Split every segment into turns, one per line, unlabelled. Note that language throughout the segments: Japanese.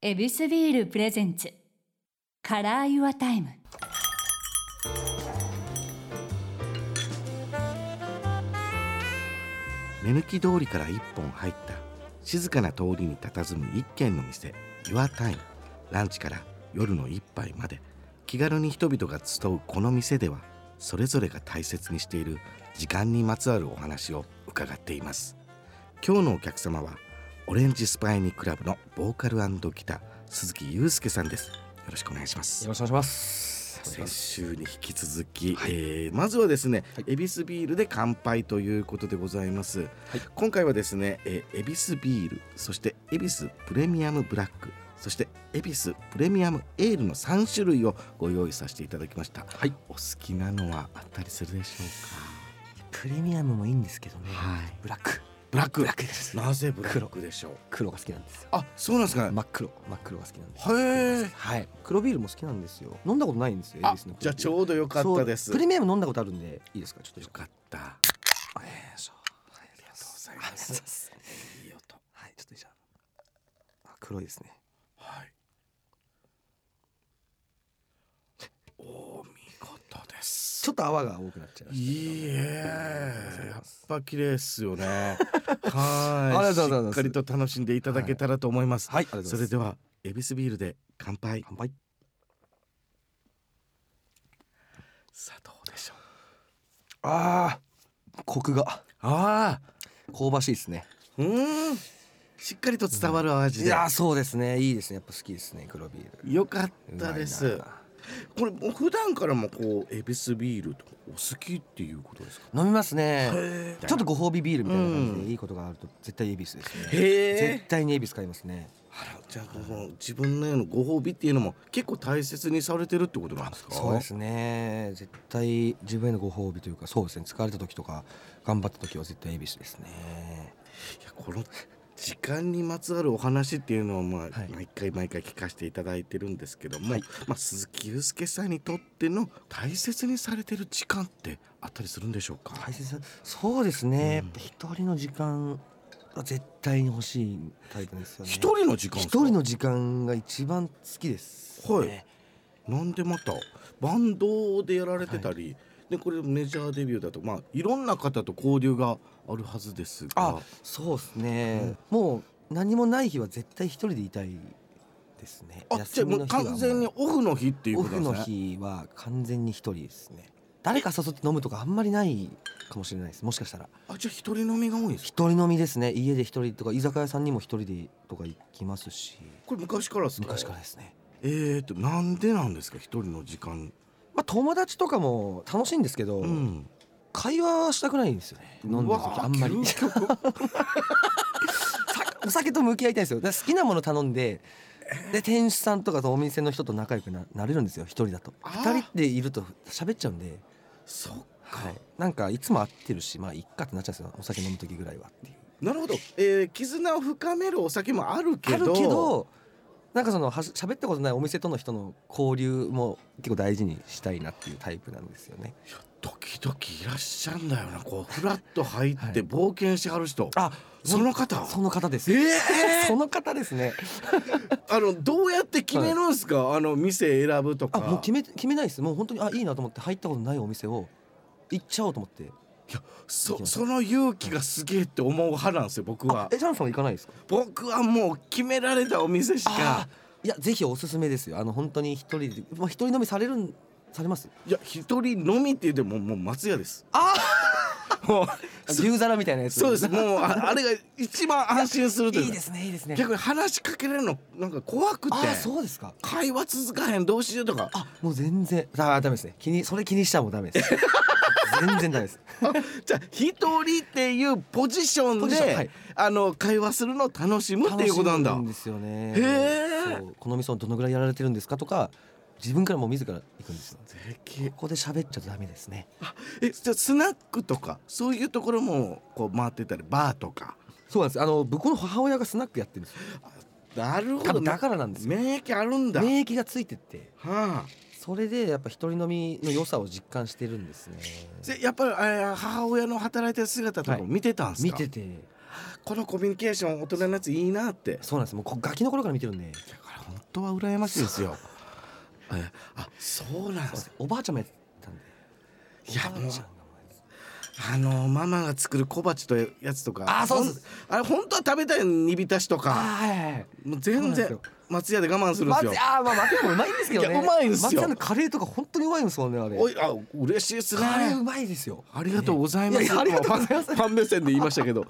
エビスビールプレゼンツカラーユアタイム
目抜き通りから一本入った静かな通りに佇む一軒の店 YourTime ランチから夜の一杯まで気軽に人々が集うこの店ではそれぞれが大切にしている時間にまつわるお話を伺っています今日のお客様はオレンジスパイニークラブのボーカルギター鈴木祐介さんですよろしくお願いします
よろしくお願いします。
先週に引き続き、えーまずはですね、
はい
エビスビールで乾杯ということでございます、今回はですね、えー、エビスビールそしてエビスプレミアムブラックそしてエビスプレミアムエールの3種類をご用意させていただきました
はい。
お好きなのはあったりするでしょう
プレミアムもいいんですけどね。
かはい
ブラック。
ブラック
ブラックです。
なぜブラックでしょう
黒が好きなんですよ。
あそうなんですか、
真っ黒、真っ黒が好きなんです。
へえ
はい。黒ビールも好きなんですよ。飲んだことないんですよ。
あじゃあちょうどよ
う
かったです
プレミアム飲んだことあるんでいいですか。ちょっと
よかったありがとうござい
ありがとう
ま
ござい
す
ます。
いい音
はい。ちょっとじゃあ。あ黒いですね。
はい。お見事です。
ちょっと泡が多くなっちゃいました。
いいえ、やっ ぱ綺麗ですよね。
あり
は
が
い。
とうござい
し
ま
っ
す
かりと楽しんでいただけたらと思います。
はい。ありがとうござ
そ
いま
れ
す。
ではエビスビールで乾杯。
乾杯。
さあどうでしょう。
ああ。コクが
ああ、
香ばしいですね。
うーん。しっかりと伝わる味
い
で。
やーそうですね。いいですね。やっぱ好きですね。黒ビール。
よかっ
うまい
た
な
です。これもう普段からもこうエビスビールとかお好きっていうことですか。
飲みますね。
へえ
ちょっとご褒美ビールみたいな感じ
うん
でいいことがあると絶対エビスですね。
へえ
絶対にエビス買いますね。
あらじゃあこの自分のようなご褒美っていうのも結構大切にされてるってことなんですか
そうですね。絶対自分へのご褒美というかそうですね。疲れた時とか頑張った時は絶対エビスですね。
いやこの時間にまつわるお話っていうのをまあ
はい
毎回毎回聞かせていただいてるんですけども、
はい
まあ、鈴木祐介さんにとっての大切にされてる時間ってあったりするんでしょうか、
大切なそうですね。やっぱ一人の時間は絶対に欲しいタイプですよね。
一人の時間
一人の時間が一番好きです、ね。
はいなんでまたバンドでやられてたり、でこれメジャーデビューだとまあいろんな方と交流があるはずですが
あそうですね、もう何もない日は絶対一人でいたいですね
あじゃあもう完全にオフの日っていう
オ
ことな
フ
ん
の
ですね
日は完全に一人ですね誰か誘って飲むとかあんまりないかもしれないですもしかしたら
あじゃあ一人飲みが多いんですか
一人飲みですね家で一人とか居酒屋さんにも一人でとか行きますし
これ昔からですか
昔からですね
えーとなんでなんですか一人の時間
まあ友達とかも楽しいんですけど、
うん
会話したくないんですよね飲んでる時あんまり
うわー究 極
お酒と向き合いたいんですよだから好きなもの頼んでで店主さんとかとお店の人と仲良くななれるんですよ一人だと
あー
二人でいると喋っちゃうんで、
そっか、
はい、なんかいつも会ってるしまあいっかってなっちゃうんですよお酒飲む時ぐらいはっていう
なるほど、えー、絆を深めるお酒もあるけ
あ
ど
るけどなんかそのはし喋ったことないお店との人の交流も結構大事にしたいなっていうタイプなんですよね
いや時々いらっしゃるんだよなこうフラッと入っ
はい
て冒険してはる人、
あ
その方
その方です、
えー
その方ですね
あのどうやって決めるんですか、あの店選ぶとか
あもう決め決めないですもう本当にあいいなと思って入ったことないお店を行っちゃおうと思って
そその勇気がすげえって思う派なんですよ僕
あ
は
えジャンさんは行かないですか
僕はもう決められたお店しか
あーいやぜひおすすめですよあの本当に一人で、まあ、一人飲みされるんされます
いや一人飲みって言ってももう松屋です
あ
もう
牛皿みたいなやつ
そうです。
い
もうああれが一番安心するというか
いですねいいですね
逆に話しかけられるのなんか怖くて
あーそうですか
会話続かへんどうしようとか
あもう全然あーダメですね気にそれ気にしたらもうダメです 全然ダメです
じゃあ一人っていうポジション
ポ
で
ジションはい
あの会話するのを楽しむっていうことなんだ
楽しみんですよね
へー
そうこの店をどのぐらいやられてるんですかとか自分からもう自ら行くんですよ
素敵
ここで喋っちゃダメですね
えじゃあスナックとかそういうところもこう回ってたりバーとか
そうなんですあの僕の母親がスナックやってるんですよ
なるほど
多分だからなんですよ
免疫あるんだ、
免疫がついてって
はあ
それでやっぱ一人飲みの良さを実感してるんですね。
でやっぱりえー母親の働いてる姿とかも見てたんです
見
か、
てて
このコミュニケーション大人のやついいなって
そうなんですもうこガキの頃から見てるんで
だから夫は羨ましいですよ えあそうなんです
おばあちゃんもやってたんで
いや
おばあちゃんがもうやってた
あのママが作る小鉢とやつとか
あそうです
ほんあれ本当は食べたい煮浸しと
あ
か
ーはいはいはい
もう
そうな
全
んです
然
よ
松屋で我慢するんですよ
松あーまあ松屋もうまいんですけどね
いやうまいんですよ
松屋のカレーとか本当にうまいんですもんねあれ
おいあ嬉しいですね
カレーうまいですよ
ありがとうございます。
いやいやありがとうございます
ファンファン目線で言いましたけ ど、は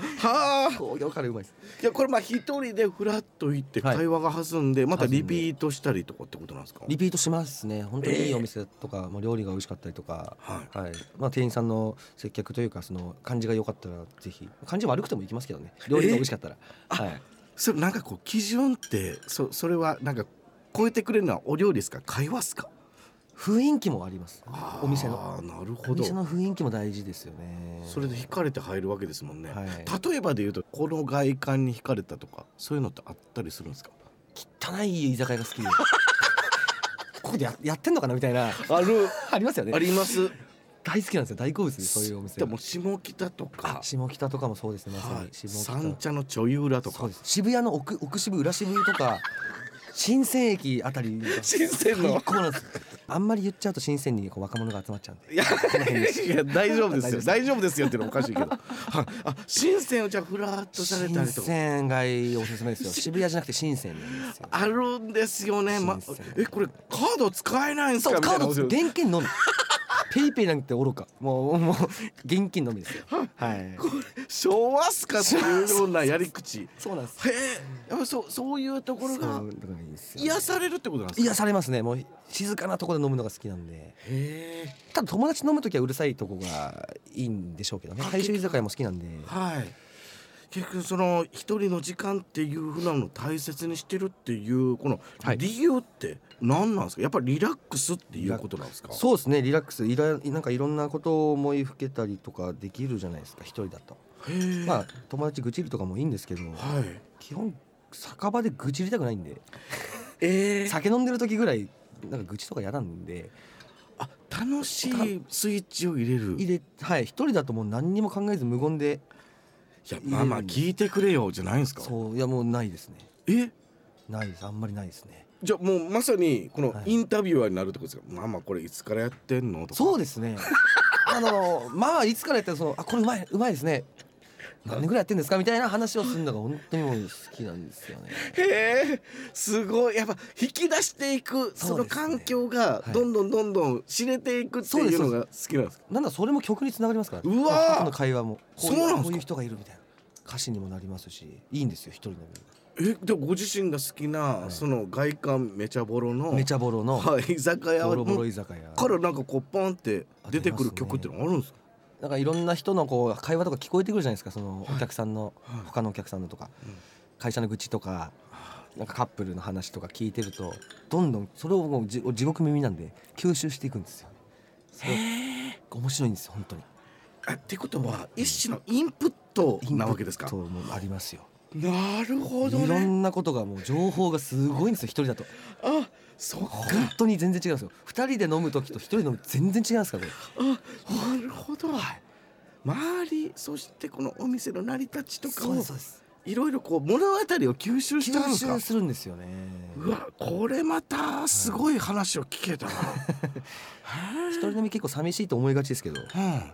あ。
工業カレーうまいです
いやこれまあ一人でフラッと行って
はい
会話が弾んでまたリピートしたりとかってことなんですか。
リピートしますね本当にいいお店とか、もう料理が美味しかったりとか、
は
はいまあ、店員さんの接客というかその感じが良かったらぜひ感じ悪くても行きますけどね料理が美味しかったら、はい、
それなんかこう基準ってそそれはなんか超えてくれるのはお料理ですか会話ですか。
雰囲気もあります
あー
お店の
なる
お
ほど
店。の雰囲気も大事ですよね
それで惹かれて入るわけですもんね。
はい
例えばで言うとこの外観に惹かれたとかそういうのってあったりするんですか。
汚い居酒屋が好 きでここでややってんのかなみたいな
ある
ありますよね
あります。
大好きなんですよ大好物でそういうお店
で
が
も下北と
あ
か。
下北とかもそうですねまさ
は
に
い、
下
三
北
茶のちょい裏と
そ
か
うです渋谷の奥奥渋裏渋とか新鮮駅あたりが
新鮮の
最高なんですあんまり言っちゃうと新鮮にこう若者が集まっちゃうんで
いや いや大丈夫ですよ大丈夫ですよっていうのおかしいけどはいあ新鮮をじゃあふらっとされた
新
りとか
鮮街おすすめですよ渋谷じゃなくて新鮮なんですよ
あるんですよね、ま
新鮮、
えこれカード使えないんです
そ
か
う
みた
カ
い
ー
な
ド
こと
現金のみペイペイなんて愚かもうも う現金のみですよはい
昭和っすかっていうようなやり口へ
そうなんです
えやっぱそうそういうところが
そういうのがいいですよね
癒されるってことなんですか
癒されますねもう静かなところで飲むのが好きなんで
へえ
ただ友達と飲む時はうるさいとこがいいんでしょうけどね大衆居酒屋も好きなんで
はい結局その一人の時間っていうふうなのを大切にしてるっていうこの
はい
理由って何なんですかやっぱりリラックスっていうことなんですか
そうですねリラックスいらなんかいろんなことを思いふけたりとかできるじゃないですか一人だと
へえ
まあ友達愚痴るとかもいいんですけど
はい
基本酒場で愚痴りたくないんで
え
酒飲んでる時ぐらいなんか愚痴とか嫌なんで
あ楽しいスイッチを入れるい
入れはい一人だともう何にも考えず無言で
やまあまあ聞いてくれよじゃないんですか
そういやもうないですね
え
ないですあんまりないですね
じゃあもうまさにこの
はい
インタビュアーになるってことですか、ママこれいつからやってんのとか
そうです ねあのまあいつからやったらそのあこれうまいうまいですね何年ぐらいやってんですかみたいな話をするのが本当にもう好きなんですよね
へえすごいやっぱ引き出していくそ
そう
の
ですね
環境が
はい
どんどんどんどん知れていくっていうのが好きなんですか
なんだそれも曲につながりますから
うわー
過去の会話もこい
そうなんすか
こういう人がいるみたいな歌詞にもなりますしいいんですよ一人の
えでご自身が好きな、
い
その外観めちゃボロの
めちゃボロの
はい、居酒屋
ボロボ
も
ロ
う
居酒屋
からなんかこうポンって出てくる曲
あ
っ
り
て
ますね
のあるんですか
なんかいろんな人のこう会話とか聞こえてくるじゃないですかそのお客さんの、
はい
他のお客さんのとか、
うん
会社の愚痴とかなんかカップルの話とか聞いてるとどんどんそれをもうじ地獄耳なんで吸収していくんですよそれ面白いんですよ本当に
あってことは一種のインプットなわけですか
そうもうありますよ
なるほど
いろ
ね
んなことがもう情報がすごいんですよ一人だと
あそっか
本当に全然違うんですよ二人で飲む時と一人で飲む時全然違うんですからこれ
なるほど、周りそしてこのお店の成り立ちとかを
です
いろいろこう物語を吸収してるん
吸
ですか
収するんですよね
うわこれまたすごい話を聞けたな、
一人飲み結構寂しいと思いがちですけど
うん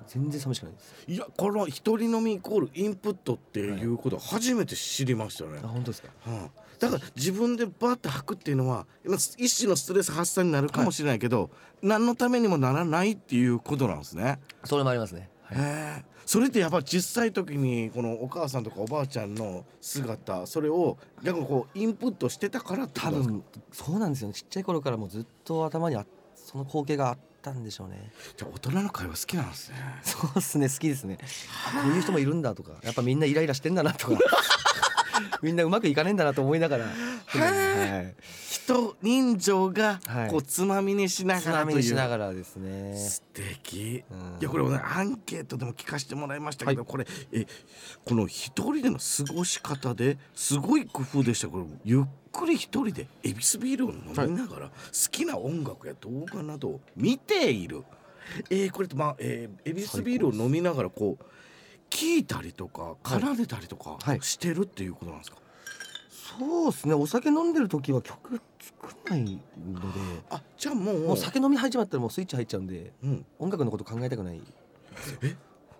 全然寂しくないです
いやこの一人飲みイコールインプットっていうことは初めて知りましたね、
あ本当ですか
うん、だから自分でバッて吐くっていうのはまあ一種のストレス発散になるかもしれないけど、何のためにもならないっていうことなんですね。
それもありますね、はい
へえそれってやっぱ小さい時にこのお母さんとかおばあちゃんの姿それを逆にこうインプットしてたからってこ
多
となんですか
分そうなんですよねちっちゃい頃からもうずっと頭にあその光景があったんでしょうね
じゃあ大人の会話好きなんですね。
そうですね好きですねあこういう人もいるんだとかやっぱみんなイライラしてんだなとかみんなうまくいかねえんだなと思いながら、はい、
人人情が
はい
こうつまみにしな
つ
がらと
まみ
いう、
にしながらですね
素敵
うん
いやこれ、ね、アンケートでも聞かせてもらいましたけど、これえこの一人での過ごし方ですごい工夫でしたこれゆっくり一人でエビスビールを飲みながら、好きな音楽や動画などを見ている、えーこれってまあ、えーエビスビールを飲みながらこう聞いたりとか
はい
奏でたりとか
はい
してるっていうことなんですか、
そうですねお酒飲んでる時は曲作んないので
あじゃあもう
もう酒飲み始まったらもうスイッチ入っちゃうんで
うん、
音楽のこと考えたくない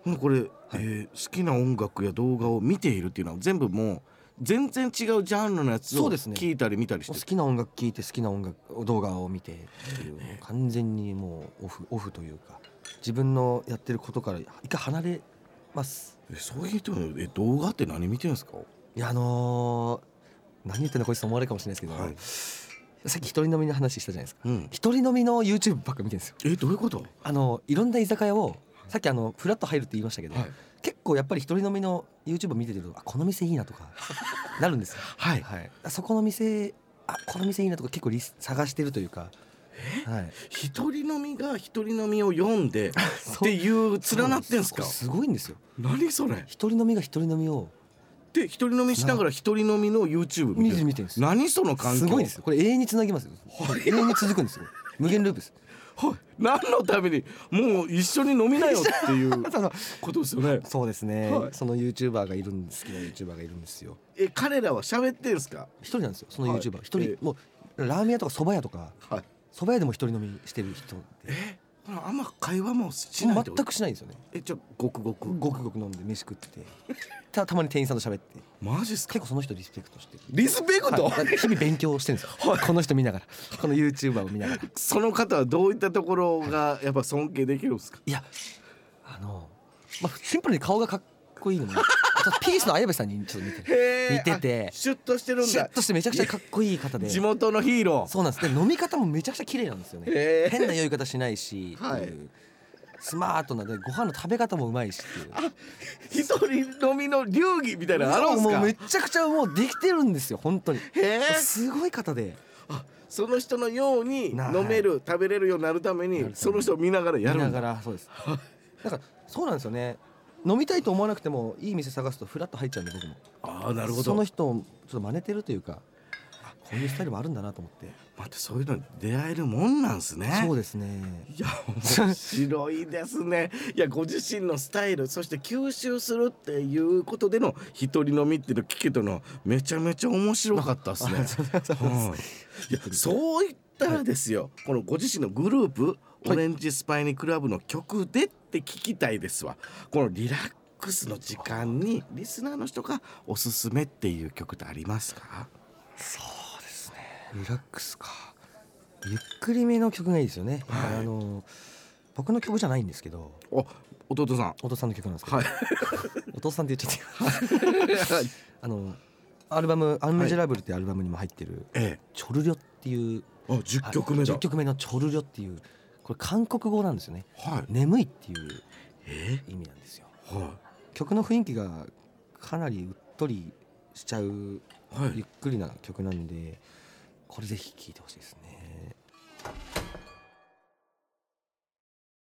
もうこれ、えー好きな音楽や動画を見ているっていうのは全部もう全然違うジャンルのやつ
そ
を
うですね
聞いたり見たりして
好
る
きな音楽聴いて好きな音楽動画を見てっていうもう完全にもうオフオフというか自分のやってることから一回離れます
えそういう人はえ動画って何見てるんですか、
いやあのー何言ってんのこいつと思われるかもしれないですけど、
はい
さっき一人飲みの話したじゃないですか
うん、
一人飲みの YouTube ばっか見てるんですよ
えどういうこと、
あのいろんな居酒屋をさっきあのフラッと入るって言いましたけど、
はい
結構やっぱり一人飲みの YouTube 見てるとあこの店いいなと かなるんですよ
はい、
はい、あそこの店あこの店いいなとか結構リス探してるというかはい、
一人飲みが一人飲みを読んでっ
そう
ていう連なってんすか
そうすごいんですよ
何それっ
一人飲みが一人飲みを
て一人飲みしながら一人飲みの YouTube 見
見
て
て
る
見てるんですよ
何その環境
すごいですよこれ永遠につなぎますよ永遠に続くんですよ無限ループです
はい何のためにもう一緒に飲みなよって いうことですよね
そうですね、
はい
その YouTuber がいるんです好きな YouTuber がいるんですよ
え彼らは喋ってんすか
一人なんですよその
はい
YouTuber 一、
え
人もうラーメン屋とか蕎麦屋とか
はい
蕎麦屋でも一人飲みしてる人で
あんま会話もしない
全
ってこと
くしないんですよね
えじゃあごくごく
ごくごく飲んで飯食って たたまに店員さんと喋って
マジっすか
結構その人リスペクトしてる
リスペクト、
はい日々勉強してるんで すよ、この人見ながらこの YouTuber を見ながら
その方はどういったところがやっぱ尊敬できるんですか
いやあの、まあ、シンプルに顔がかっこ いいのもあとピースの綾部さんにちょっと似てる
へー
似てて
あシュッとしてるんだ
シュッとしてめちゃくちゃかっこいい方で
地元のヒーロー
そうなんですで飲み方もめちゃくちゃ綺麗なんですよね、
へー
変な酔い方しないし、
はい
っていうスマートなでご飯の食べ方もうまいしっていう
一人飲みの流儀みたいなのあるんす
もう
か
めちゃくちゃもうできてるんですよ本当に
へえ
すごい方で
その人のように
な
飲める食べれるようになるため
なるため
に
に
その人を見ながらや
や
る
りなんが
だ
らそ うですだからそうなんですよね飲みたいと思わなくてもいい店探すとフラッと入っちゃうんで僕も
ああな
その人をちょっと真似てるというかあこういうスタイルもあるんだなと思って
待ってそういうのに出会えるもんなんすね
そうですね
いや面白いですねいやご自身のスタイルそして吸収するっていうことでの一人飲みっていうの聞けたのめちゃめちゃ面白かったですね。はい、いやそういったらですよ、このご自身のグループオレンジスパイニークラブの曲でって聞きたいですわ。このリラックスの時間にリスナーの人がおすすめっていう曲ってありますか
リラックスかゆっくりめの曲がいいですよね、
はい
あの僕の曲じゃないんですけど
お弟さん
お父さんの曲なんですけど、
はい
お父さんって言っちゃってあのアルバム「アンメジャラブル」っていうアルバムにも入ってる
ええ
「チョルリョ」っていう
あ10曲目だ、
10曲目の「チョルリョ」っていうこれ韓国語なんですよね
はい
眠いっていう
え
意味なんですよ
えは
曲の雰囲気がかなりうっとりしちゃう
いはい
ゆっくりな曲なんでこれぜひ聴いてほしいですね